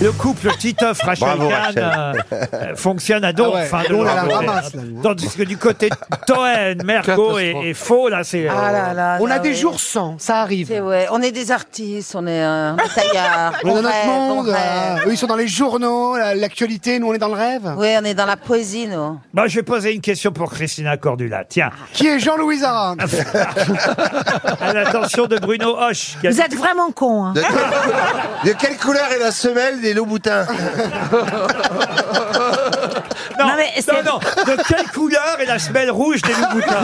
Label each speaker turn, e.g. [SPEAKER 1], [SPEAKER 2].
[SPEAKER 1] Le couple Titoff Rachel
[SPEAKER 2] Bravo,
[SPEAKER 1] Kahn
[SPEAKER 2] Rachel.
[SPEAKER 1] euh, euh, fonctionne à don.
[SPEAKER 3] Ah ouais.
[SPEAKER 1] enfin, de
[SPEAKER 3] Nous, on la
[SPEAKER 1] leur côté.
[SPEAKER 3] ramasse, là, nous, hein.
[SPEAKER 1] Tandis que du côté de Toen, Mergo et, et Faux, là, c'est. euh,
[SPEAKER 4] Ah là là,
[SPEAKER 3] On a
[SPEAKER 4] là,
[SPEAKER 3] des
[SPEAKER 4] oui.
[SPEAKER 3] jours sans, ça arrive.
[SPEAKER 4] C'est vrai, on est des artistes, on est euh, un taillard.
[SPEAKER 3] On est
[SPEAKER 4] on
[SPEAKER 3] dans notre
[SPEAKER 4] rêve, on
[SPEAKER 3] monde, euh,
[SPEAKER 4] rêve.
[SPEAKER 3] eux ils sont dans les journaux, la- l'actualité, nous on est dans le rêve.
[SPEAKER 4] Oui, on est dans la poésie, nous.
[SPEAKER 1] bah, je vais poser une question pour Christina Cordula. Tiens,
[SPEAKER 3] Qui est Jean-Louis Zara
[SPEAKER 1] à l'attention de Bruno Hoche. qui a-
[SPEAKER 5] Vous êtes vraiment con, hein.
[SPEAKER 2] De, quelle- de quelle couleur est la semelle des Louboutins
[SPEAKER 1] Non,
[SPEAKER 5] Non, mais
[SPEAKER 1] non,
[SPEAKER 5] c'est-
[SPEAKER 1] non. De quelle couleur est la semelle rouge des Louboutins